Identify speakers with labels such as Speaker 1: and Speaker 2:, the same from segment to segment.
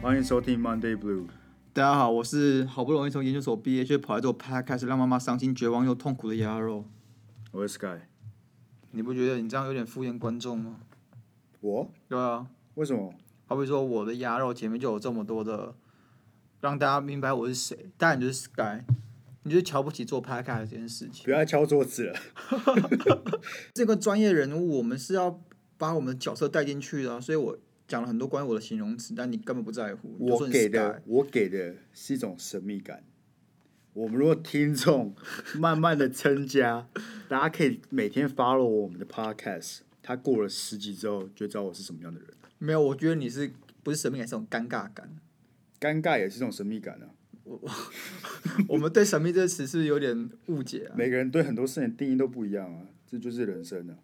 Speaker 1: 欢迎收听 Monday Blue。
Speaker 2: 大家好，我是好不容易从研究所毕业，却跑来做 podcast，让妈妈伤心、绝望又痛苦的鸭肉。
Speaker 1: 我是 Sky。
Speaker 2: 你不觉得你这样有点敷衍观众吗？
Speaker 1: 我？
Speaker 2: 对啊，
Speaker 1: 为什么？
Speaker 2: 好比说我的鸭肉前面就有这么多的，让大家明白我是谁。当然你就是 Sky，你就是瞧不起做 podcast 这件事情。
Speaker 1: 不要再敲桌 子了。
Speaker 2: 这个专业人物，我们是要把我们的角色带进去的啊、所以我讲了很多关于我的形容词，但你根本不在乎。你就
Speaker 1: 我
Speaker 2: 说你
Speaker 1: 给
Speaker 2: Sky
Speaker 1: 的，我给的是一种神秘感。我们如果听众慢慢的增加，大家可以每天 follow 我们的 podcast。他过了十集之后，就知道我是什么样的人。
Speaker 2: 没有，我觉得你是不是神秘感，是一种尴尬感。
Speaker 1: 尴尬也是一种神秘感啊。
Speaker 2: 我们对神秘这个词是有点误解啊。
Speaker 1: 每个人对很多事情的定义都不一样啊，这就是人生啊。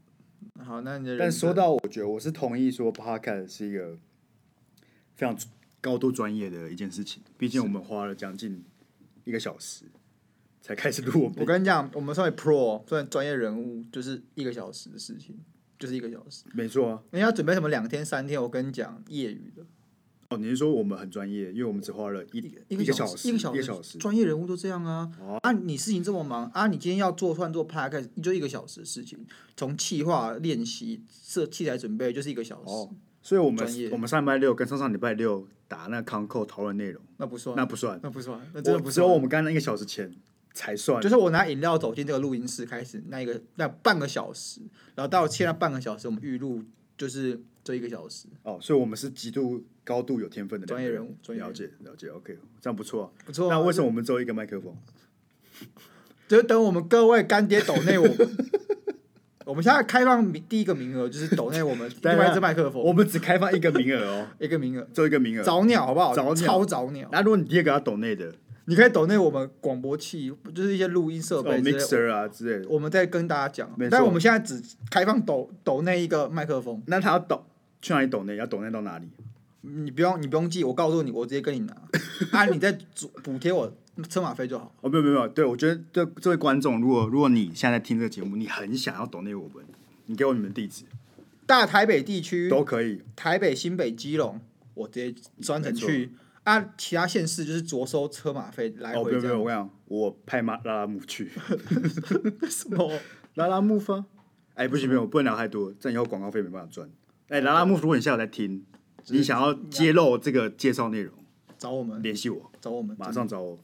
Speaker 2: 好，那你的人
Speaker 1: 但说
Speaker 2: 生
Speaker 1: 到，我觉得我是同意说 podcast 是一个非常高度专业的一件事情，毕竟我们花了将近一个小时才开始录我
Speaker 2: 我
Speaker 1: 们的。
Speaker 2: 跟你讲，我们身为 pro，算专业人物，就是一个小时的事情，就是一个小时。
Speaker 1: 没错啊，
Speaker 2: 你要准备什么两天三天？我跟你讲，业余的
Speaker 1: 哦，你是说我们很专业，因为我们只花了一
Speaker 2: 一
Speaker 1: 个
Speaker 2: 个
Speaker 1: 小
Speaker 2: 时，一
Speaker 1: 一
Speaker 2: 个
Speaker 1: 小哦
Speaker 2: 时，专业人物都这样啊。啊，你事情这么忙啊，你今天要做突然做 p a c k 就一个小时的事情，从企划练习、设器材准备就是一个小时，
Speaker 1: 哦所以我们
Speaker 2: 专业
Speaker 1: 我们上礼拜六跟上上礼拜六打那个康扣讨论内容，
Speaker 2: 那不算，
Speaker 1: 那不算，
Speaker 2: 那不算，啊那真的
Speaker 1: 我
Speaker 2: 不
Speaker 1: 只
Speaker 2: 算啊
Speaker 1: 有。我们刚刚那个小时前才算。
Speaker 2: 就是我拿饮料走进这个录音室，开始那一个那半个小时，然后到现在半个小时，我们预录就是这一个小时，
Speaker 1: 哦，所以我们是极度高度有天分的两
Speaker 2: 专业
Speaker 1: 个
Speaker 2: 人物专业
Speaker 1: 了
Speaker 2: 人
Speaker 1: 解了解，OK，这样不错啊。
Speaker 2: 不错、啊。
Speaker 1: 那为什么我们只有一个麦克风？
Speaker 2: 就等我们各位干爹抖内我们， 我们现在开放名第一个名额就是抖内我们
Speaker 1: 对啊
Speaker 2: 另外一支麦克风
Speaker 1: 我们只开放一个名额 哦，
Speaker 2: 一个名额，
Speaker 1: 只有一个名额。
Speaker 2: 早鸟好不好？
Speaker 1: 早鸟
Speaker 2: 超早鸟，
Speaker 1: 那如果你第二个要懂内的，
Speaker 2: 你可以抖内我们广播器，就是一些录音设
Speaker 1: 哦
Speaker 2: 备之类的。
Speaker 1: ，mixer 啊之类的，
Speaker 2: 我们再跟大家讲
Speaker 1: 没错，
Speaker 2: 但我们现在只开放抖抖内一个麦克风，
Speaker 1: 那他要懂去哪里懂内，要懂内到哪里？
Speaker 2: 你不用你不用记，我告诉你，我直接跟你拿，啊，你再补补贴我车马费就好。
Speaker 1: 哦，没有没有没有，对我觉得这这位观众，如果如果你现在在听这个节目，你很想要懂内我们，你给我你们地址
Speaker 2: 大台北地区，
Speaker 1: 都可以，
Speaker 2: 台北、新北、基隆，我直接专程去。啊，其他县市就是着收车马费来
Speaker 1: 哦，
Speaker 2: 回
Speaker 1: 没有
Speaker 2: 这
Speaker 1: 没
Speaker 2: 样。
Speaker 1: 有，我跟你讲，我派马拉拉木去，
Speaker 2: 什么？
Speaker 1: 拉拉木发。哎，不行不行，我
Speaker 2: 嗯
Speaker 1: 不能聊太多，这样以后广告费没办法赚。哎，拉拉木，如果你现在有在听，你想要揭露这个介绍内容，
Speaker 2: 找我 们，
Speaker 1: 联系我，
Speaker 2: 找我们，
Speaker 1: 马上找我。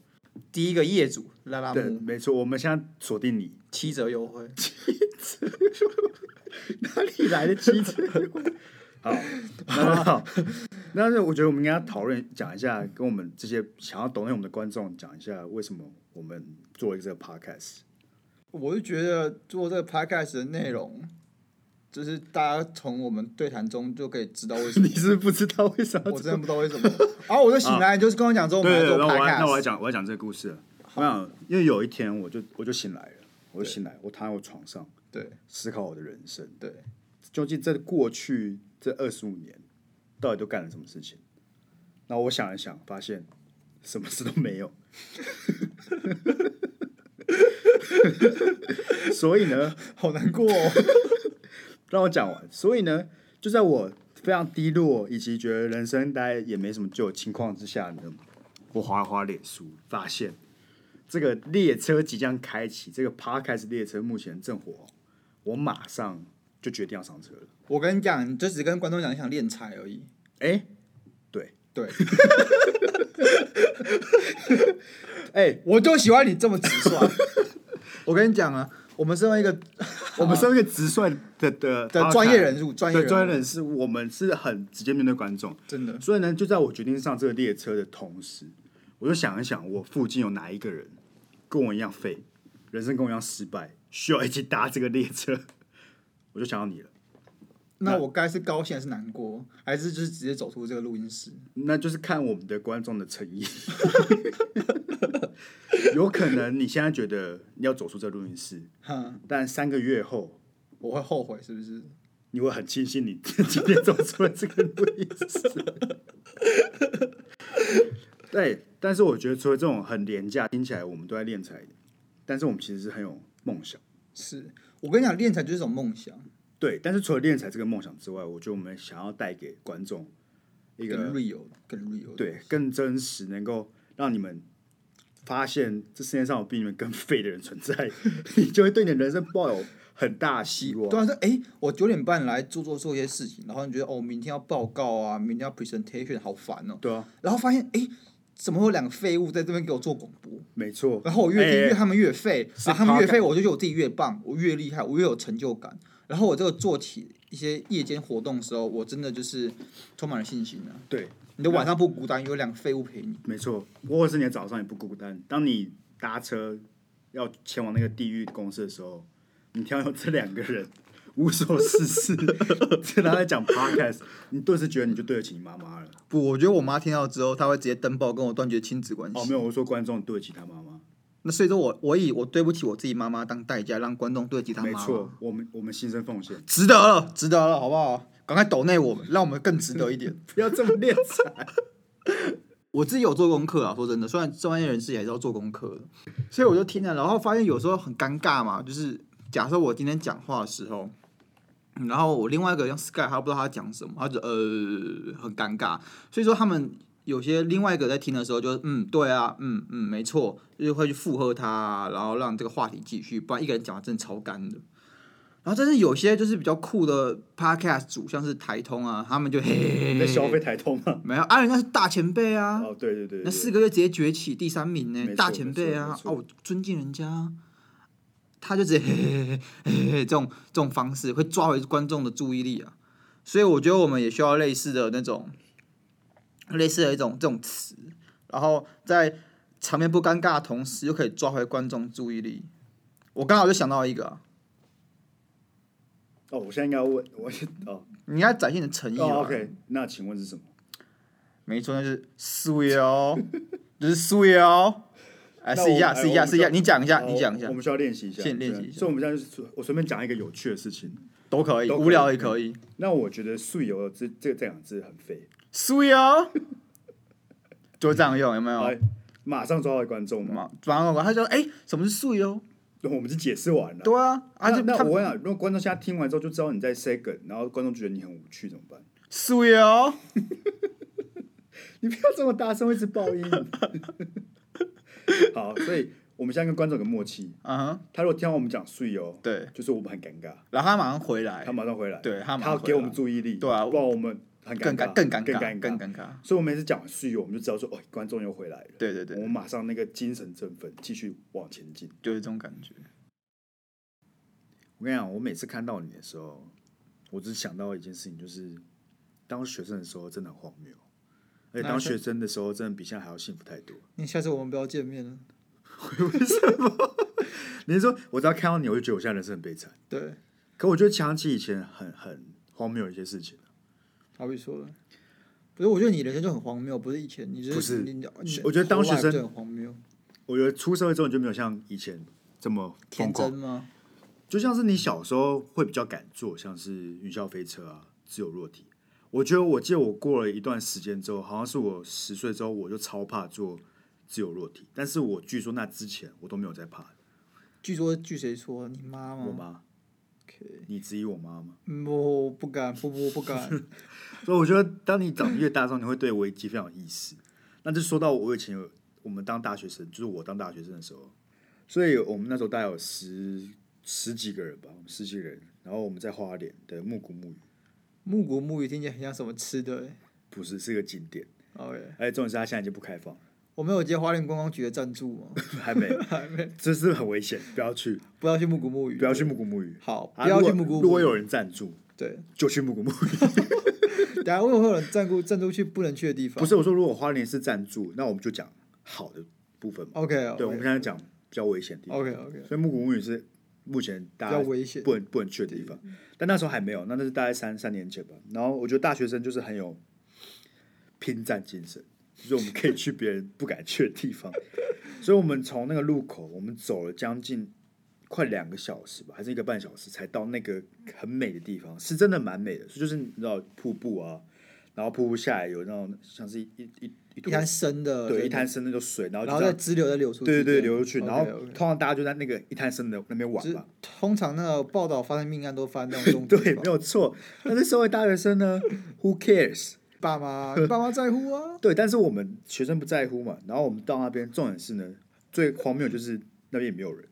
Speaker 2: 第一个业主拉拉
Speaker 1: 对，
Speaker 2: 木
Speaker 1: 没错，我们现在锁定你。
Speaker 2: 七折优惠，
Speaker 1: 哪里来的机智？ 好，那好，那是我觉得我们应该讨论讲一下，跟我们这些想要懂内我们的观众讲一下，为什么我们做了这个 podcast。
Speaker 2: 我就觉得做这个 podcast 的内容，就是大家从我们对谈中就可以知道为什 么
Speaker 1: 你。是不知道为什么
Speaker 2: 我真的不知道为什 么。然后我就醒来，就是跟我讲说我们
Speaker 1: 对
Speaker 2: 来
Speaker 1: 对，
Speaker 2: 做
Speaker 1: 那我要那我
Speaker 2: podcast。
Speaker 1: 要讲我要讲这个故事了。我想，因为有一天我就我就醒来了，我就醒来，我躺在我床上
Speaker 2: 对
Speaker 1: 思考我的人生，
Speaker 2: 对，
Speaker 1: 究竟在过去这二十五年到底都干了什么事情？然后我想了想，发现什么事都没有。 所以呢，
Speaker 2: 好难过哦。
Speaker 1: 让我讲完。所以呢，就在我非常低落以及觉得人生大概也没什么救的情况之下呢，我滑了滑脸书，发现这个列车即将开启，这个 Podcast 列车目前正火红，我马上就决定要上车了。
Speaker 2: 我跟你讲，你就只跟观众讲你想练财而已。
Speaker 1: 哎、
Speaker 2: 对，
Speaker 1: 哎、
Speaker 2: 我就喜欢你这么直率。 我跟你讲啊，我们身为一个
Speaker 1: 我们身为一个直率的的
Speaker 2: 的专业人物，专业
Speaker 1: 对专业
Speaker 2: 人物，
Speaker 1: 人士，我们是很直接面对观众。
Speaker 2: 真的，
Speaker 1: 所以呢，就在我决定上这个列车的同时，我就想一想，我附近有哪一个人跟我一样废，人生跟我一样失败，需要一起搭这个列车， 我就想到你了。
Speaker 2: 那我该是高兴还是难过，还是就是直接走出这个录音室？
Speaker 1: 那就是看我们的观众的诚意。 有可能你现在觉得你要走出这录音室，
Speaker 2: 哈，
Speaker 1: 但三个月后
Speaker 2: 我会后悔是不是？
Speaker 1: 你会很庆幸你 今 天走出了这个录音室。对，但是我觉得，除了这种很廉价，听起来我们都在练才，但是我们其实是很有梦想。
Speaker 2: 是我跟你讲，练才就是一种梦想
Speaker 1: 对，但是除了练才这个梦想之外，我觉得我们想要带给观众一
Speaker 2: 更
Speaker 1: 个
Speaker 2: real，更 real。，
Speaker 1: 对更真实，能够让你们发现这世界上有比你们更废的人存在， 你就会对你的人生抱有很大的希望。
Speaker 2: 突然说，哎、我九点半来做做做一些事情，然后你觉得哦，明天要报告啊，明天要 presentation，好烦哦。
Speaker 1: 对啊，
Speaker 2: 然后发现，哎、怎么会有两个废物在这边给我做广播？
Speaker 1: 没错。
Speaker 2: 然后我越听
Speaker 1: 哎
Speaker 2: 越他们越废，
Speaker 1: 是
Speaker 2: 然后他们越
Speaker 1: 他
Speaker 2: 废，我就觉得我自己越棒，我越厉害，我越有成就感。然后我这个做起一些夜间活动的时候，我真的就是充满了信心啊！
Speaker 1: 对，
Speaker 2: 你的晚上不孤单，有两个废物陪你。
Speaker 1: 没错，或者是你的早上也不孤单。当你搭车要前往那个地狱公司的时候，你挑有这两个人无所事事，跟他在讲 podcast，你顿时觉得你就对得起你妈妈了。
Speaker 2: 不，我觉得我妈听到之后，她会直接登报跟我断绝亲子关系。
Speaker 1: 哦，没有，我说观众对得起他妈妈。
Speaker 2: 那所以说我我以我对不起我自己妈妈当代价，让观众对得起她妈
Speaker 1: 没
Speaker 2: 妈。
Speaker 1: 错，我们我们心生奉献，
Speaker 2: 值得了，值得了，好不好？赶快抖内我们，让我们更值得一点。
Speaker 1: 不要这么练才。
Speaker 2: 我自己有做功课啊，说真的，虽然专业人士也是要做功课的，所以我就听了，然后发现有时候很尴尬嘛，就是假设我今天讲话的时候，嗯然后我另外一个像 Sky，他不知道他讲什么，他就呃很尴尬，所以说他们有些另外一个在听的时候就嗯对啊，嗯嗯没错，就是会去附和他，然后让这个话题继续，不然一个人讲话真的超干的。然后，但是有些就是比较酷的 podcast 主，像是台通啊，他们就嘿嘿嘿嘿
Speaker 1: 你在消费台通吗？
Speaker 2: 没有啊，人家是大前辈啊，
Speaker 1: 哦，对对对
Speaker 2: 那
Speaker 1: 对
Speaker 2: 四个月直接崛起第三名呢
Speaker 1: 没，错
Speaker 2: 大前辈啊
Speaker 1: 没，
Speaker 2: 啊，
Speaker 1: 错没
Speaker 2: 我尊敬人家啊，他就直接嘿嘿嘿嘿嘿嘿这种这种方式会抓回观众的注意力啊，所以我觉得我们也需要类似的那种类似的一种这种词，然后在场面不尴尬的同时，又可以抓回观众注意力。我刚好就想到一个啊、
Speaker 1: 哦，我现在应该要问我哦
Speaker 2: 你要展现你的啊诚意
Speaker 1: 哦
Speaker 2: 吧
Speaker 1: ，OK，那请问是什么？
Speaker 2: 没错，那就是素瑶， 就是素瑶。哎，
Speaker 1: 那
Speaker 2: 试一下，
Speaker 1: 我
Speaker 2: 试一
Speaker 1: 哎
Speaker 2: 下，
Speaker 1: 我们
Speaker 2: 试一下，
Speaker 1: 就
Speaker 2: 你讲一下，
Speaker 1: 哦
Speaker 2: 你讲一下
Speaker 1: 我，们需要练习一下，
Speaker 2: 先练习
Speaker 1: 对
Speaker 2: 一下
Speaker 1: 所以我们现在就是我随便讲一个有趣的事情。
Speaker 2: 都可以，
Speaker 1: 都可以
Speaker 2: 无聊也可以。
Speaker 1: 那我觉得素油这这这两个字很废，
Speaker 2: 素瑶，啊 就这样用，有没有？
Speaker 1: 哎马上抓到观众嘛。
Speaker 2: 嘛，然后他就说：“哎、什么是素瑶
Speaker 1: 我们就解释完？”了。
Speaker 2: 对啊，啊
Speaker 1: 那
Speaker 2: 就
Speaker 1: 那
Speaker 2: 他
Speaker 1: 我问啊，如果观众现在听完之后就知道你在 second，然后观众觉得你很无趣怎么办？
Speaker 2: 素瑶，
Speaker 1: 你不要这么大声，会一直爆音。 好，所以我们现在跟观众有个默契，
Speaker 2: 嗯哼，
Speaker 1: 他如果听完我们讲素油，
Speaker 2: 对。
Speaker 1: 就是我们很尴尬，
Speaker 2: 然后他马上回来
Speaker 1: 他，马上回来，
Speaker 2: 对
Speaker 1: 他
Speaker 2: 他马上
Speaker 1: 要
Speaker 2: 回来
Speaker 1: 给我们注意力，
Speaker 2: 对啊
Speaker 1: 不然我们很
Speaker 2: 更
Speaker 1: 尬，
Speaker 2: 尴
Speaker 1: 更
Speaker 2: 更尴
Speaker 1: 更
Speaker 2: 尬，
Speaker 1: 尴
Speaker 2: 更
Speaker 1: 尬。
Speaker 2: 尴尬。
Speaker 1: 所以我们每次讲完素油，我们就知道说，哦，观众又回来了，
Speaker 2: 对对对
Speaker 1: 我，们马上那个精神振奋，继续往前进。
Speaker 2: 就是这种感觉。
Speaker 1: 我跟你讲，我每次看到你的时候，我只想到一件事情，就是当学生的时候真的很荒谬，而且当学生的时候真的比现在还要幸福太 多。
Speaker 2: 那下次我们不要见面了。
Speaker 1: 你是说，我只要看到你，我就觉得我现在人生很悲惨。
Speaker 2: 对，
Speaker 1: 可我觉得想起以前很很荒谬的一些事情，
Speaker 2: 好比说了，不是，我觉得你人生就很荒谬，不是以前，你就是
Speaker 1: 不是
Speaker 2: 你你你
Speaker 1: 我觉得当学生
Speaker 2: 就很荒谬，
Speaker 1: 我觉得出社会之后你就没有像以前这么
Speaker 2: 天
Speaker 1: 疯狂
Speaker 2: 真，吗？
Speaker 1: 就像是你小时候会比较敢做，像是云霄飞车啊、自由落体。我觉得我记得我过了一段时间之后，好像是我十岁之后，我就超怕做自由落体。但是我据说那之前我都没有在怕。
Speaker 2: 据说据谁说？你妈
Speaker 1: 我
Speaker 2: 吗？
Speaker 1: 妈，你质疑我妈吗？
Speaker 2: 嗯我不敢，不不不敢。
Speaker 1: 所以我觉得，当你长得越大之后，你会对危机非常有意识。那就说到我以前有，我们当大学生，就是我当大学生的时候，所以我们那时候大概有十十几个人吧，我们十几个人，然后我们在花莲的木古木语，
Speaker 2: 木谷木鱼听起来很像什么吃的、欸。
Speaker 1: 不是是个景点，
Speaker 2: OK，
Speaker 1: 而且哎重点是它现在已经不开放 了，
Speaker 2: 我们有接花莲观光局的赞助吗？
Speaker 1: 还没，还没，这是很危险，不要去，
Speaker 2: 不要去木谷木鱼，
Speaker 1: 不要去木古木语，
Speaker 2: 好，
Speaker 1: 啊
Speaker 2: 不要去
Speaker 1: 如
Speaker 2: 木
Speaker 1: 果如
Speaker 2: 谷木
Speaker 1: 果
Speaker 2: 鱼。
Speaker 1: 有人赞助，
Speaker 2: 对，
Speaker 1: 就去木古木语。
Speaker 2: 等下为什么会有人赞助 赞助去不能去的地方？
Speaker 1: 不是我说，如果花莲是赞助，那我们就讲好的部分嘛。
Speaker 2: OK，
Speaker 1: 对，我们现在讲比较危险的地方。
Speaker 2: OK OK，
Speaker 1: 所以木古母语是目前
Speaker 2: 哦比
Speaker 1: 大
Speaker 2: 较
Speaker 1: 家
Speaker 2: 危险。
Speaker 1: 不能不能去的地
Speaker 2: 嗯
Speaker 1: 方，但那时候还没有，那那是大概三三年前吧。然后我觉得大学生就是很有拼战精神，就是我们可以去别人不敢去的地 方。所以我们从那个路口，我们走了将近快两个小时吧，还是一个半小时，才到那个很美的地方，是真的蛮美的。就是你知道瀑布啊，然后瀑布下来有那种像是一一一一
Speaker 2: 一
Speaker 1: 坨
Speaker 2: 滩深的，
Speaker 1: 对一滩深那种水，然后就
Speaker 2: 然后
Speaker 1: 这
Speaker 2: 再
Speaker 1: 样
Speaker 2: 支流再流出去，
Speaker 1: 对对对流出去，
Speaker 2: OK，
Speaker 1: 然后
Speaker 2: OK
Speaker 1: 通常大家就在那个一滩深的那边玩
Speaker 2: 就是
Speaker 1: 吧。
Speaker 2: 通常那个报道发生命案都发生那 种
Speaker 1: 对，没有错。但是身为大学生呢，Who cares？
Speaker 2: 爸妈爸妈在乎啊，
Speaker 1: 对，但是我们学生不在乎嘛。然后我们到那边，重点是呢，最荒谬就是那边也没有人，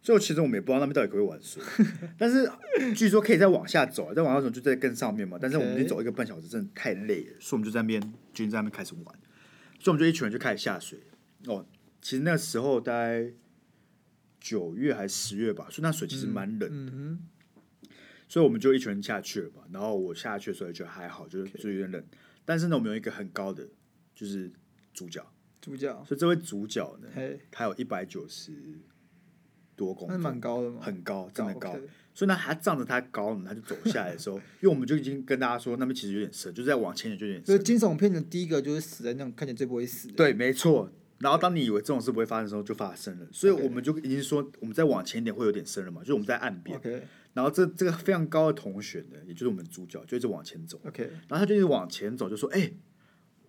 Speaker 1: 所以其实我们也不知道那边到底可不可以玩水。但是据说可以再往下走啊，再往下走就在更上面嘛。但是我们已经
Speaker 2: OK
Speaker 1: 走一个半小时，真的太累了，所以我们就在那边决定在那边开始玩。所以我们就一群人就开始下水。哦，其实那时候大概九月还是十月吧，所以那水其实蛮冷的
Speaker 2: 嗯
Speaker 1: 所以我们就一群人下去了嘛。然后我下去的时候也觉得还好，就是就有点冷。但是呢，我们有一个很高的就是主角，
Speaker 2: 哼，主角，
Speaker 1: 所以这位主角呢，
Speaker 2: 嘿，
Speaker 1: 他有一百九十多公
Speaker 2: 那是
Speaker 1: 分，
Speaker 2: 蛮高的嘛，
Speaker 1: 很高，真的高。
Speaker 2: OK
Speaker 1: 所以呢，他仗着他高呢，他就走下来的时 候，因为我们就已经跟大家说那边其实有点深，就是在往前也就有点
Speaker 2: 所以
Speaker 1: 深。
Speaker 2: 惊悚片的第一个就是死在那种看起来最不会死的，
Speaker 1: 对，没错。然后当你以为这种事不会发生的时候，就发生了。所以我们就已经说，我们再往前一点会有点深了嘛，就是我们在岸边。
Speaker 2: ，OK
Speaker 1: 然后这这个非常高的同学呢，也就是我们主角，就一直往前走。
Speaker 2: OK，
Speaker 1: 然后他就一直往前走，就说：“哎、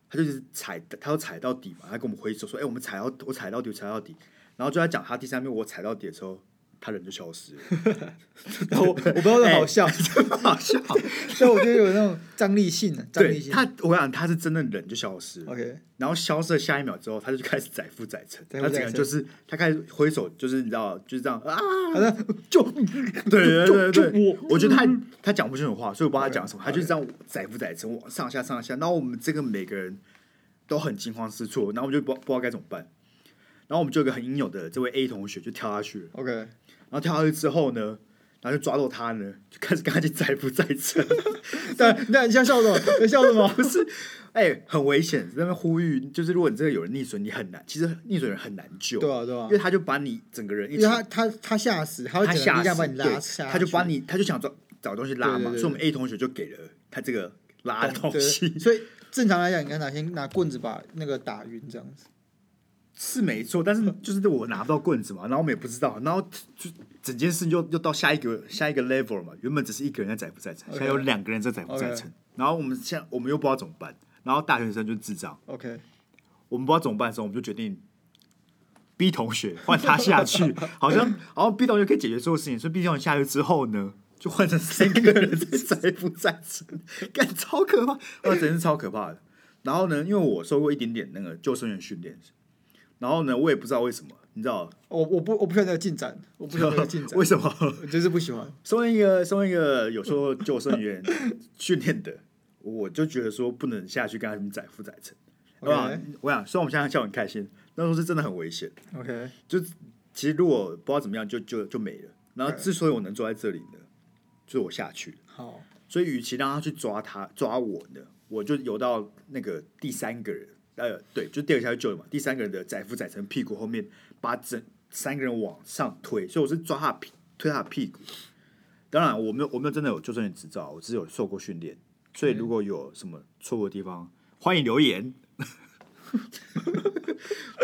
Speaker 1: 他就是踩，他要踩到底嘛。”他跟我们挥手说：“哎、我们踩到，我踩到底，我踩到底。”然后就在讲他第三遍我踩到底的时候，他人就消失 了，
Speaker 2: 然后我我不知道这好 笑，
Speaker 1: 真的好笑。
Speaker 2: 所以我觉得有那种张力性的，张力
Speaker 1: 对
Speaker 2: 性
Speaker 1: 他，我想他是真的人就消失了，
Speaker 2: ，OK，
Speaker 1: 然后消失的下一秒之后，他就开始载富载沉，
Speaker 2: 载
Speaker 1: 他整
Speaker 2: 浮
Speaker 1: 个
Speaker 2: 载
Speaker 1: 人
Speaker 2: 沉
Speaker 1: 就是他开始挥手，就是你知道，就是这样啊，
Speaker 2: 好像就
Speaker 1: 对对对
Speaker 2: 就
Speaker 1: 对对
Speaker 2: 我，嗯
Speaker 1: 我觉得他他讲不清楚话，所以我不知道他讲什么，
Speaker 2: OK，
Speaker 1: 他就是这样载浮载沉往上下上下，然后我们这个每个人都很惊慌失措，然后我们就不不知道该怎么办，然后我们就有一个很英勇的这位 A 同学就跳下去了，
Speaker 2: OK，
Speaker 1: 然后跳下去之后呢，然后就抓到他呢，就开始跟他去载浮载沉， 但
Speaker 2: 那你现在笑什么？你笑什么？
Speaker 1: 不是，哎、很危险，在那边呼吁，就是如果你这个有人溺水，你很难，其实溺水人很难救，
Speaker 2: 对啊对啊
Speaker 1: 因为，他就把你整个人一
Speaker 2: 因
Speaker 1: 起
Speaker 2: 为他他他吓死，他会
Speaker 1: 他
Speaker 2: 整
Speaker 1: 吓
Speaker 2: 个
Speaker 1: 死，
Speaker 2: 力量把你
Speaker 1: 对
Speaker 2: 拉下去，
Speaker 1: 他就把你，他就想找找东西拉嘛，
Speaker 2: 对对对
Speaker 1: 所以我们 A 同学就给了他这个拉的东
Speaker 2: 对
Speaker 1: 西，
Speaker 2: 所以正常来讲，你看他先拿棍子把那个打晕这样子，
Speaker 1: 是没错，但是就是我拿不到棍子嘛，然后我们也不知道，然后就整件事又又到下一个下一个 level 嘛，原本只是一个人在载不载沉，
Speaker 2: OK
Speaker 1: 现在有两个人在载不载沉，然后我们现在我们又不知道怎么办，然后大学生就智障，
Speaker 2: OK，
Speaker 1: 我们不知道怎么办的时候，我们就决定。B 同学换他下去， 好像好像 B 同学可以解决所有事情，所以 B 同学下去之后呢，就换成三个人在载不载沉，干超可怕，那真是超可怕的。然后呢，因为我受过一点点那个救生员训练，然后呢，我也不知道为什么，你知道
Speaker 2: 我我不我不喜欢这个进展，我不喜欢这个进展
Speaker 1: 为，什么？
Speaker 2: 我就是不喜欢。
Speaker 1: 身为一个身为一 个有受过救生员训练的，我就觉得说不能下去跟他们载浮载沉。
Speaker 2: OK
Speaker 1: 啊，我想，虽然我们现在笑很开心，那时候是真的很危险。
Speaker 2: OK，
Speaker 1: 就其实如果不知道怎么样，就就就没了。然后之所以我能坐在这里呢，就是我下去了。
Speaker 2: 好
Speaker 1: 所以与其让他去抓他抓我呢，我就游到那个第三个人，呃，对，就第二个下去救的嘛。第三个人的载浮载沉屁股后面，把整三个人往上推，所以我是抓他的屁推他的屁股。当然，我没有我没有真的有救生员执照，我只是有受过训练。所以如果有什么错误的地方，欢迎留言。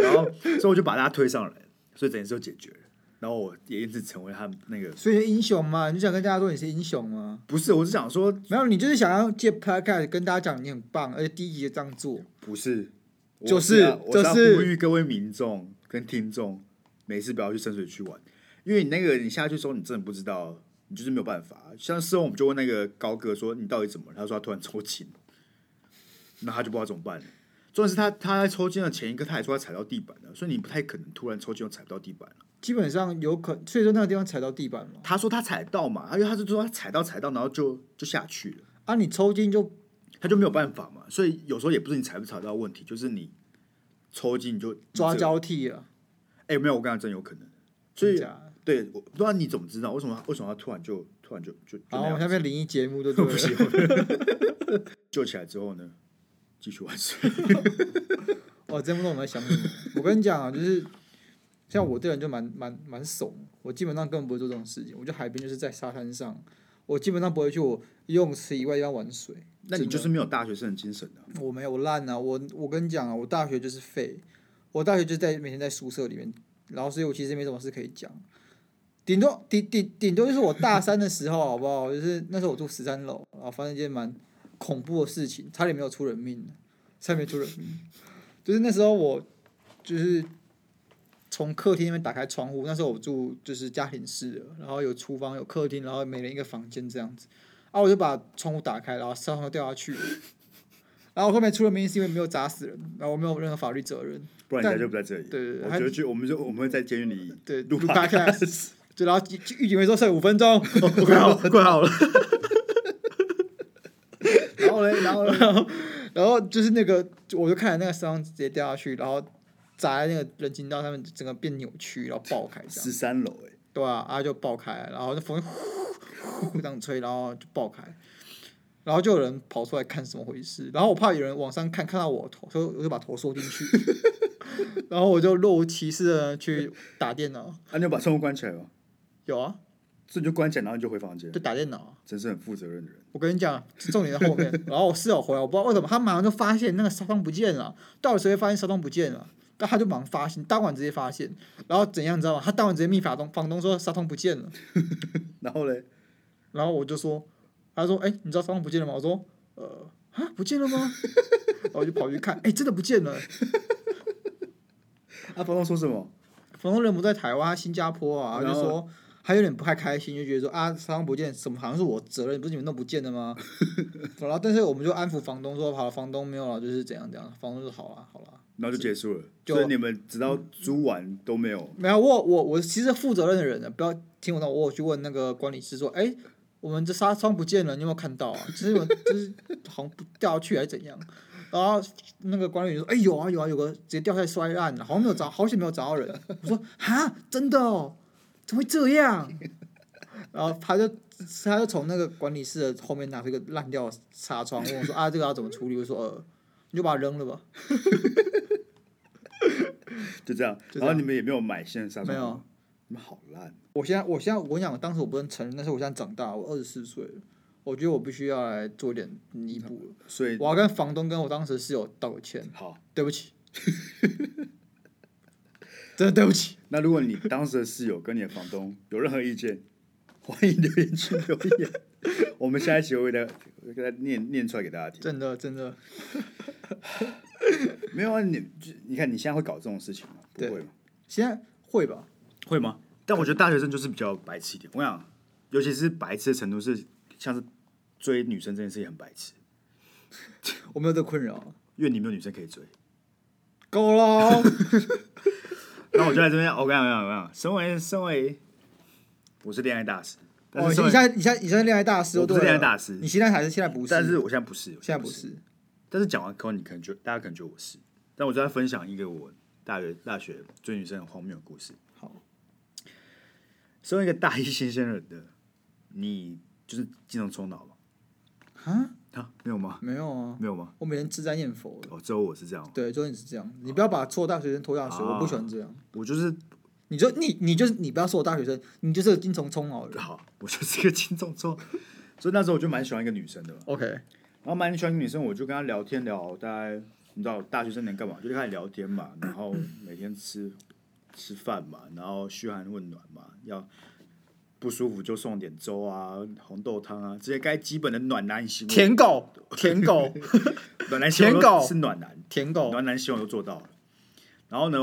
Speaker 1: 然后，所以我就把大家推上来，所以整件事就解决了。然后我也因此成为他们那个
Speaker 2: 所以英雄嘛，你就想跟大家说你是英雄吗？
Speaker 1: 不是，我是想说
Speaker 2: 没有，你就是想要借 Podcast 跟大家讲你很棒，而且第一集就这样做。
Speaker 1: 不是，我
Speaker 2: 就是
Speaker 1: 要我要
Speaker 2: 就是
Speaker 1: 呼吁各位民众跟听众，没事不要去深水区玩，因为你那个你下去的时候，你真的不知道，你就是没有办法。像事后我们就问那个高哥说你到底怎么了，他说他突然抽筋，那他就不知道怎么办了。重点是他他在抽筋的前一刻，他还说他踩到地板了，所以你不太可能突然抽筋又踩不到地板了。
Speaker 2: 基本上有可，所以说那个地方踩到地板嘛。
Speaker 1: 他说他踩到嘛，因为他就说他踩到踩到，然后就就下去了。
Speaker 2: 啊，你抽筋就
Speaker 1: 他就没有办法嘛，所以有时候也不是你踩不踩到的问题，就是你抽筋你就
Speaker 2: 抓
Speaker 1: 你这
Speaker 2: 交替了，
Speaker 1: 哎、没有，我跟他真有可能。所以
Speaker 2: 真，假的
Speaker 1: 对，我不知道你怎么知道，为什么为什么他突然就突然就就就
Speaker 2: 好，我
Speaker 1: 那样
Speaker 2: 们下面灵异节目就对
Speaker 1: 不
Speaker 2: 了。
Speaker 1: 喜欢救起来之后呢，继续玩 水。
Speaker 2: 我真不懂我们在想什哦么。我跟你讲啊，就是像我这人就蛮蛮蛮怂，我基本上根本不会做这种事情。我就海边就是在沙滩上，我基本上不会去我游泳池以外地方玩水。
Speaker 1: 那你就是没有大学生的精神啊！
Speaker 2: 我没有，我烂啊！我我跟你讲啊，我大学就是废，我大学就在每天在宿舍里面，然后所以我其实没什么事可以讲，顶多顶顶顶多就是我大三的时候，好不好？就是那时候我住十三楼，然后反正间蛮恐怖的事情，差点没有出人命，差点没出人命。就是那时候我就是从客厅那边打开窗户，那时候我住就是家庭式的，然后有厨房有客厅，然后每人一个房间这样子。啊，我就把窗户打开，然后上头掉下去了。然后我后面出了名是因为没有砸死人，然后我没有任何法律责任。
Speaker 1: 不然人家就不在这里。
Speaker 2: 对对对
Speaker 1: 我
Speaker 2: 还
Speaker 1: 觉得去，我们就我们会在监狱里
Speaker 2: 对，
Speaker 1: 录
Speaker 2: 录
Speaker 1: podcast 哦
Speaker 2: podcast，就然后就就狱警会说剩五 分钟，
Speaker 3: 快好了，快好 了。
Speaker 1: 然后嘞，然后嘞，
Speaker 2: 然后就是那个，就我就看着那个伤直接掉下去，然后砸在那个人行道上面，整个变扭曲，然后爆开这 样，
Speaker 1: 十三楼哎，
Speaker 2: 对啊，啊就爆开，然后那风呼呼这样吹，然后就爆开，然后就有人跑出来看怎么回事，然后我怕有人往上看看到我头，所以我就把头缩 进去，然后我就若无其事的去打电脑，
Speaker 1: 啊，你有把窗户关起来吗？
Speaker 2: 有啊，
Speaker 1: 所以你就关起来，然后你就回房间
Speaker 2: 就，打电脑啊。
Speaker 1: 真是很负责任的人。
Speaker 2: 我跟你讲，重点在后面。 然后我室友回来，我不知道为什么，他马上就发现那个烧伤不见了。到底谁会发现烧伤不见了？但他就马上发现，当晚直接发现。然后怎样，你知道吗？他当晚直接密房东房东说烧伤不见了。
Speaker 1: 然后嘞，
Speaker 2: 然后我就说，他说，哎、你知道烧伤不见了吗？我说，呃，啊，不见了吗？ 然后我就跑去看，哎、真的不见了。
Speaker 1: 啊，房东说什么？
Speaker 2: 房东人不在台湾，他新加坡啊，
Speaker 1: 然
Speaker 2: 就
Speaker 1: 后
Speaker 2: 说还有点不太开心，就觉得说啊，三方不见，什么好像是我责任，不是你们弄不见 的吗？然后，但是我们就安抚房东说，好了，房东没有了，就是怎样怎样。房东就说好了，好了，
Speaker 1: 然后就结束了。
Speaker 2: 就
Speaker 1: 所以你们直到租完都没有，
Speaker 2: 没有，我我我其实负责任的人呢，不要听我的，我有去问那个管理师说，哎、我们这纱窗不见了，你有没有看到啊？就是有，就是好像不掉下去还是怎样？然后那个管理员说，哎、有啊有啊，有个直接掉下来摔烂了，好像没有找，好险没有找到人。我说哈，真的哦，怎么会这样？然后他就他就从那个管理室的后面拿出一个烂掉的纱窗，问我说啊，这个要怎么处理？我说呃，你就把它扔了吧。
Speaker 1: 就这样。
Speaker 2: 就这
Speaker 1: 然
Speaker 2: 样
Speaker 1: 后你们也没有买线上，
Speaker 2: 没有，
Speaker 1: 你们好烂。
Speaker 2: 我现在，我现在，我跟你讲，当时我不能承认，但是我现在长大，我二十四岁了，我觉得我必须要来做一点弥补了。
Speaker 1: 所以
Speaker 2: 我要跟房东跟我当时室友道个歉，
Speaker 1: 好，
Speaker 2: 对不起， 真的对不起。
Speaker 1: 那如果你当时的室友跟你的房东有任何意见， 欢迎留言区留言。 我们下一期会给大会给他念念出来给大家听。
Speaker 2: 真的真的，
Speaker 1: 没有啊，你就你看你现在会搞这种事情吗？不
Speaker 2: 对
Speaker 1: 会吗？
Speaker 2: 现在会吧？
Speaker 1: 会吗？但我觉得大学生就是比较白痴一点。我想，尤其是白痴的程度是，像是追女生这件事情很白痴，
Speaker 2: 我没有这个困扰，
Speaker 1: 因为你没有女生可以追。
Speaker 2: 够 了哦。
Speaker 1: 那我就在这边，我跟你讲，我跟你讲，身为身为我是恋爱大师，但
Speaker 2: 哦，
Speaker 1: 是身
Speaker 2: 你
Speaker 1: 为、
Speaker 2: 现在你现在你现在恋爱大师，
Speaker 1: 我不是
Speaker 2: 对了
Speaker 1: 恋爱大师
Speaker 2: 你现在还是现在不是？
Speaker 1: 但是我现在不是，我
Speaker 2: 现在
Speaker 1: 不
Speaker 2: 不。是。
Speaker 1: 但是讲完课后，你可能觉大家可能觉得我是，但我就在分享一个我大学大学追女生很荒谬的故事。
Speaker 2: 好，
Speaker 1: 身为一个大一新鲜人的你，就是经常冲脑吗？
Speaker 2: 啊，
Speaker 1: 啊，没有吗？
Speaker 2: 没有啊，
Speaker 1: 没有吗？
Speaker 2: 我每天自在念佛的。
Speaker 1: 哦，只有我是这样吗。
Speaker 2: 对，就是你是这样，你不要把所有大学生拖下水，我不喜欢这样。
Speaker 1: 我就是
Speaker 2: 你就你你就是你不要说我大学生，你就是个精虫充脑的人。
Speaker 1: 好，我就是一个 轻重错。所以那时候我就蛮喜欢一个女生的嘛，
Speaker 2: OK，
Speaker 1: 然后蛮喜欢一个女生，我就跟她聊天聊，大概你知道大学生能干嘛，就开始聊天嘛，然后
Speaker 2: 嗯
Speaker 1: 每天吃吃饭嘛，然后嘘寒问暖嘛，要不舒服就送点粥啊、红豆汤啊，这些该基本的暖男行为，
Speaker 2: 舔狗，舔 狗，
Speaker 1: 暖男行为
Speaker 2: 舔狗
Speaker 1: 都是暖男，
Speaker 2: 舔狗，
Speaker 1: 暖男希望都做到了。然后呢，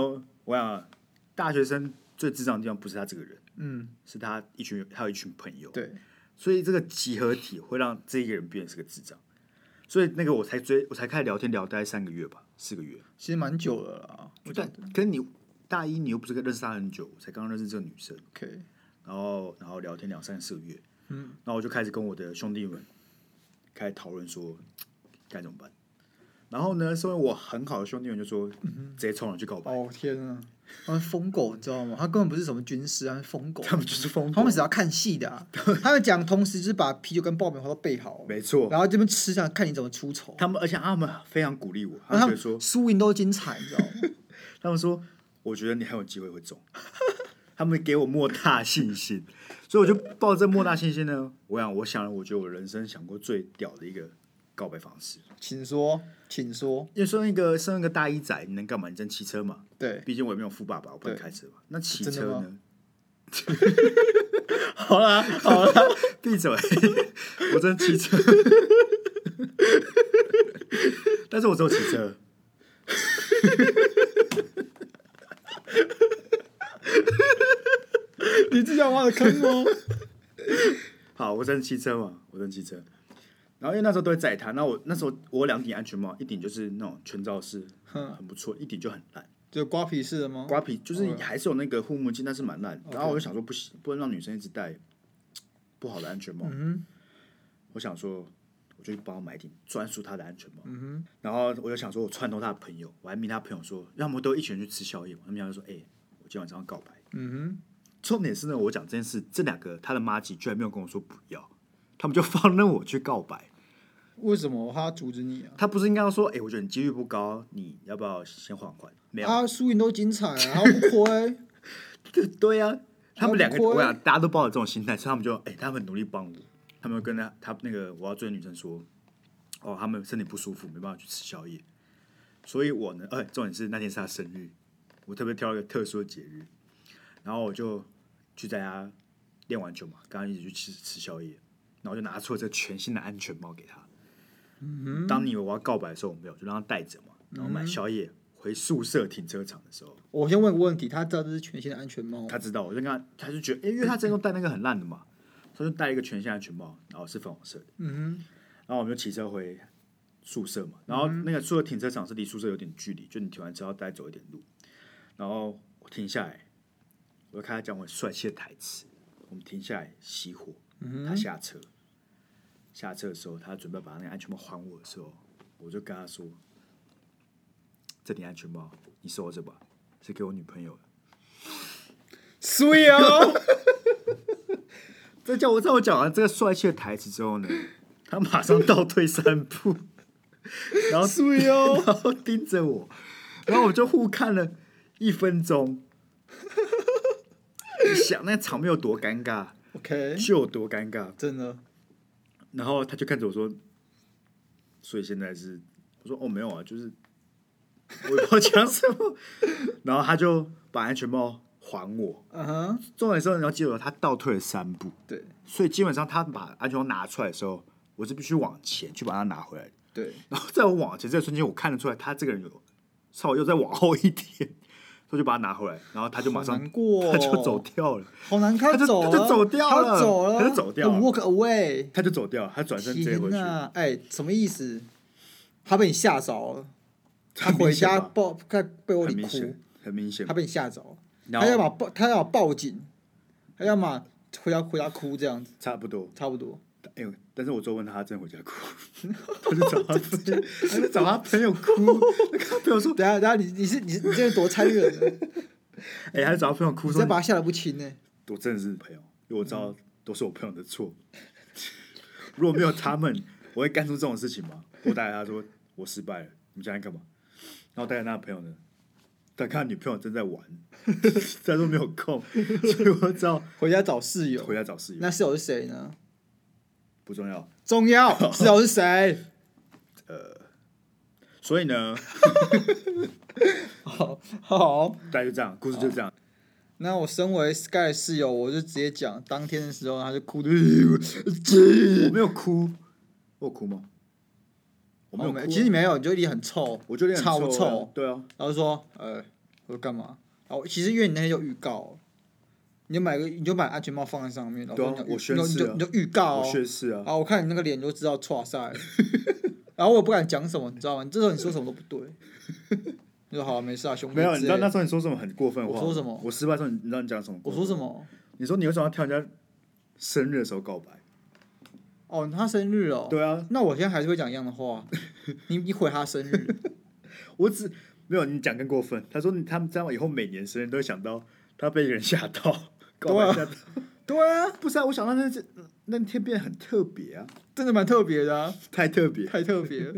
Speaker 1: 我想啊大学生最智障的地方不是他这个人，
Speaker 2: 嗯，
Speaker 1: 是他一群还有一群朋友，
Speaker 2: 对，
Speaker 1: 所以这个集合体会让这一个人变成是个智障。所以那个我才追，我才开始聊天聊大概三个月吧，四个月。
Speaker 2: 其实蛮久了啦。我觉
Speaker 1: 但
Speaker 2: 得
Speaker 1: 跟你大一，你又不是认识她很久，我才刚认识这个女生，
Speaker 2: OK，
Speaker 1: 然后然后聊天两三四个月，
Speaker 2: 嗯，
Speaker 1: 然后我就开始跟我的兄弟们开始讨论说该怎么办。然后呢，身为我很好的兄弟们就说，直接冲上去告白，
Speaker 2: 嗯哦天啊，他们疯狗，你知道吗？他根本不是什么军师，他们疯狗，
Speaker 1: 他们就是疯
Speaker 2: 他
Speaker 1: 狂
Speaker 2: 们，只要看戏的 啊。他们讲同时就是把啤酒跟爆米花都备好，
Speaker 1: 没错，
Speaker 2: 然后这边吃，想看你怎么出丑。
Speaker 1: 他们而且他们非常鼓励我，他
Speaker 2: 然
Speaker 1: 们
Speaker 2: 哦后他
Speaker 1: 觉得说
Speaker 2: 们输赢都精彩，你知道吗？
Speaker 1: 他们说，我觉得你很有机会会中， 他们给我莫大信心，所以我就抱着莫大信心呢，我想，我想了，我觉得我人生想过最屌的一个告白方式，
Speaker 2: 请说，请说，
Speaker 1: 因为身为一个身为一个大一仔，你能干嘛？你真骑车嘛？
Speaker 2: 对，
Speaker 1: 毕竟我也没有富爸爸，我不能开车嘛。那骑
Speaker 2: 啊真的
Speaker 1: 车
Speaker 2: 吗
Speaker 1: 呢？
Speaker 2: 好啦，好啦，
Speaker 1: 闭嘴！我真骑车， 但是我只有骑车。
Speaker 2: 你自己挖的坑哦。
Speaker 1: 好，我真骑车嘛，我真骑车。然后因为那时候都会载他，那我那时候我有两顶安全帽，一顶就是那种全罩式，
Speaker 2: 哼
Speaker 1: 很不错，一顶就很烂，
Speaker 2: 就瓜皮式的吗？
Speaker 1: 瓜皮就是
Speaker 2: OK
Speaker 1: 还是有那个护目镜，但是蛮烂。然后
Speaker 2: 哦 OK
Speaker 1: 我就想说不行，不能让女生一直戴不好的安全帽。
Speaker 2: 嗯
Speaker 1: 我想说，我就去帮我买一顶专属她的安全帽。
Speaker 2: 哼，嗯
Speaker 1: 然后我就想说，我串通她的朋友，我还命她朋友说，让他们都一群人去吃宵夜嘛。他们俩就说，哎、我今天晚上要告白。
Speaker 2: 哼，嗯
Speaker 1: 重点是呢，我讲这件事，这两个他的妈吉居然没有跟我说不要，他们就放任我去告白。
Speaker 2: 哼，为什么他阻止你啊？
Speaker 1: 他不是应该要说，哎、我觉得你几率不高，你要不要先缓缓？没有，
Speaker 2: 啊，输赢都精彩啊，他不亏。
Speaker 1: 对 对呀、他们两个，
Speaker 2: 很亏
Speaker 1: 我想大家都抱着这种心态，所以他们就，哎、他们很努力帮我，他们跟他他那个我要追的女生说，哦，他们身体不舒服，没办法去吃宵夜，所以我呢，哎、重点是那天是他生日，我特别挑了一个特殊的节日，然后我就去在家练完球嘛，刚刚一直去吃吃宵夜，然后就拿出了这全新的安全帽给他。当你以为我要告白的时候，我没有，就让他带着嘛，然后买宵夜、回宿舍停车场的时候，
Speaker 2: 我先问个问题，他知道这是全新的安 全帽吗？
Speaker 1: 他知道，我就跟他，他就觉得，诶因为他之前都戴那个很烂的嘛，他就戴一个全新安全帽，然后是粉红色的，
Speaker 2: 嗯
Speaker 1: 然后我们就骑车回宿舍嘛，然后那个宿舍停车场是离宿舍有点距离，就你停完车要再走一点路，然后我停下来，我就看他讲我帅气的台词，我们停下来熄火，他下车，下车的时候，他准备把那个安全帽还我的时候，我就跟他说，这顶安全帽你收着吧，是给我女朋友的。
Speaker 2: 哼，水哦。
Speaker 1: 这叫我在我讲完这个帅气的台词之后呢，他马上倒退三步，然后
Speaker 2: 对哦，
Speaker 1: 然后盯着我，然后我就互看了一分钟。你想那场面有多尴尬，
Speaker 2: OK，
Speaker 1: 就有多尴尬。
Speaker 2: 真的，
Speaker 1: 然后他就看着我说：“所以现在是？”我说：“哦，没有啊，就是我也不知道讲什么。”然后他就把安全帽还我。
Speaker 2: 嗯哼，
Speaker 1: 重点是你要记得，他倒退了三步。
Speaker 2: 对
Speaker 1: 所以基本上他把安全帽拿出来的时候，我是必须往前去把它拿回来的。
Speaker 2: 对，
Speaker 1: 然后在我往前这个瞬间，我看得出来他这个人有稍微又再往后一点， 所以就把它拿回来，然后他就马
Speaker 2: 好
Speaker 1: 上
Speaker 2: 难过哦
Speaker 1: 他 就走掉了，
Speaker 2: 好难看，
Speaker 1: 他就
Speaker 2: 走了，
Speaker 1: 他就走掉了
Speaker 2: 他走了，
Speaker 1: 他就走掉了
Speaker 2: walk away。
Speaker 1: 他就走掉了，他转身直接
Speaker 2: 天
Speaker 1: 回去。
Speaker 2: 哪，哎，什么意思？他被你吓着了，他回
Speaker 1: 很明显
Speaker 2: 家
Speaker 1: 吧
Speaker 2: 抱在被窝
Speaker 1: 很
Speaker 2: 里
Speaker 1: 明
Speaker 2: 哭
Speaker 1: 显，，很明显
Speaker 2: 他。被你吓着了，
Speaker 1: 然
Speaker 2: 他要
Speaker 1: 后
Speaker 2: 么报，他要么报警，他要么回家回家哭这样子，
Speaker 1: 差不多，
Speaker 2: 差不多。
Speaker 1: 哎呦！但是我最后问他，他真的回家 哭，他就找他朋友，他就找他朋 友哭，他朋友说
Speaker 2: 等一下，等一下，啊你你是你是你这人多残忍 啊，：“
Speaker 1: 哎，他就找他朋友哭
Speaker 2: 你
Speaker 1: 说
Speaker 2: 再，把他吓得不轻呢。
Speaker 1: 我真的是朋
Speaker 2: 嗯
Speaker 1: 友，因为我知道都是我朋友的错。 如果没有他们，我会干出这种事情吗？我打给他说我失败了，你们现在干嘛？然后带给他的朋友呢，他看他女朋友正在玩， 他说没有空，所以我只好
Speaker 2: 回家找室友，
Speaker 1: 回家找室友。
Speaker 2: 那室友是谁呢？
Speaker 1: 不重要，
Speaker 2: 重要，室友是谁？
Speaker 1: 所以呢，
Speaker 2: 好好，
Speaker 1: 大家就这样，故事就这
Speaker 2: 哦
Speaker 1: 样。
Speaker 2: 那我身为 Sky 的室友，我就直接讲，当天的时候他就哭的，
Speaker 1: 我没有哭，我有哭吗？我没有哭啊，
Speaker 2: 其实你哦没有，你就脸很臭，
Speaker 1: 我觉得
Speaker 2: 超
Speaker 1: 很啊
Speaker 2: 臭，
Speaker 1: 对啊，
Speaker 2: 然后说，呃，我说干嘛？然后其实因为你那天有预告，哦你就买个，你就把安全帽放在上面，然后
Speaker 1: 对啊
Speaker 2: 说你就
Speaker 1: 我宣
Speaker 2: 你
Speaker 1: 誓
Speaker 2: 就
Speaker 1: 啊
Speaker 2: 你就你就预告
Speaker 1: 我
Speaker 2: 哦，
Speaker 1: 宣誓啊，
Speaker 2: 啊，我看你那个脸你就知道错赛了，然后我也不敢讲什么，你知道吗？你这时候你说什么都不对， 你说好、啊、没事啊，兄弟，
Speaker 1: 没有，你知道那时候你说什么很过分的话吗？
Speaker 2: 我说什么
Speaker 1: 我失败的时候，你你知道你讲什么过
Speaker 2: 我
Speaker 1: 分吗？
Speaker 2: 说什么？
Speaker 1: 你说你为什么要挑人家生日的时候告白？
Speaker 2: 哦，他生日哦，
Speaker 1: 对啊，
Speaker 2: 那我现在还是会讲一样 的话，你你毁他生日。
Speaker 1: 我只没有你讲更过分。他说你他们这样以后每年生日都会想到他被一个人吓 到，告白吓到。
Speaker 2: 对啊，
Speaker 1: 不是啊，我想到那是那天变得很特别啊，
Speaker 2: 真的蛮特别的、啊，
Speaker 1: 太特别。
Speaker 2: 太特别了。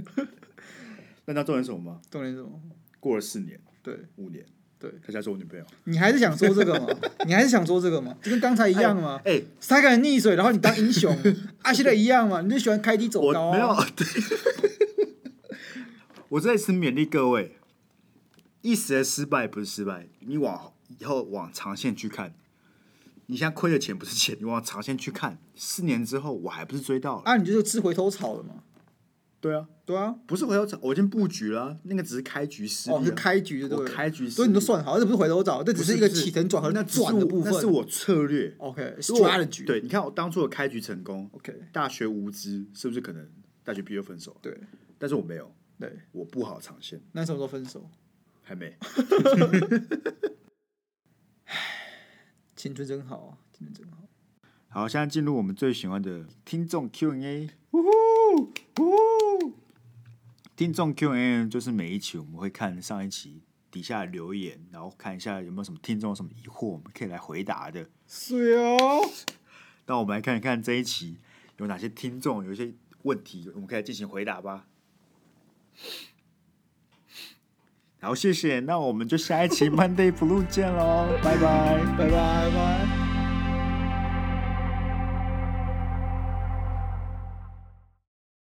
Speaker 1: 那他重点是什么吗？
Speaker 2: 重点是什么？
Speaker 1: 过了四年、
Speaker 2: 对
Speaker 1: 五年，
Speaker 2: 对，
Speaker 1: 他才是我女朋友
Speaker 2: 你还是想说这个嘛？你还是想说这个嘛？就跟刚才一样嘛。
Speaker 1: 哎、
Speaker 2: 三个人溺水，然后你当英雄，啊，现在一样嘛？你就喜欢开低走
Speaker 1: 我
Speaker 2: 高、啊。
Speaker 1: 没有， 对我再次勉励各位，一时的失败不是失败，你往以后往长线去看。你现在亏的钱不是钱，你往长线去看，四年之后我还不是追到了？
Speaker 2: 啊，你就是吃回头草了嘛？
Speaker 1: 对啊，
Speaker 2: 对啊，
Speaker 1: 不是回头草，我已经布局了啊，那个只是开局失利啊、
Speaker 2: 哦，是开局的对
Speaker 1: 我
Speaker 2: 不对？
Speaker 1: 开局失利，
Speaker 2: 所以你都算好，这不是回头找，这只一个起承转合
Speaker 1: 那只是
Speaker 2: 转的
Speaker 1: 我
Speaker 2: 部分。
Speaker 1: 那是我策略。如果
Speaker 2: OK，strategy。
Speaker 1: 对，你看我当初的开局成功，
Speaker 2: OK，
Speaker 1: 大学无知是不是可能大学毕业就分手？
Speaker 2: 对
Speaker 1: 但是我没有，
Speaker 2: 对。
Speaker 1: 我布好长线，
Speaker 2: 那什么时候分手？
Speaker 1: 还没。
Speaker 2: 青春真好啊，青春真好。
Speaker 1: 好，现在进入我们最喜欢的听众 Q&A。听众 Q&A 就是每一期我们会看上一期底下的留言，然后看一下有没有什么听众有什么疑惑，我们可以来回答的。
Speaker 2: 是
Speaker 1: 啊
Speaker 2: 哦，
Speaker 1: 那我们来看一看这一期有哪些听众有一些问题，我们可以进行回答吧。好，谢谢，那我们就下一期 Monday Blue 见喽，拜拜。
Speaker 2: 拜拜拜。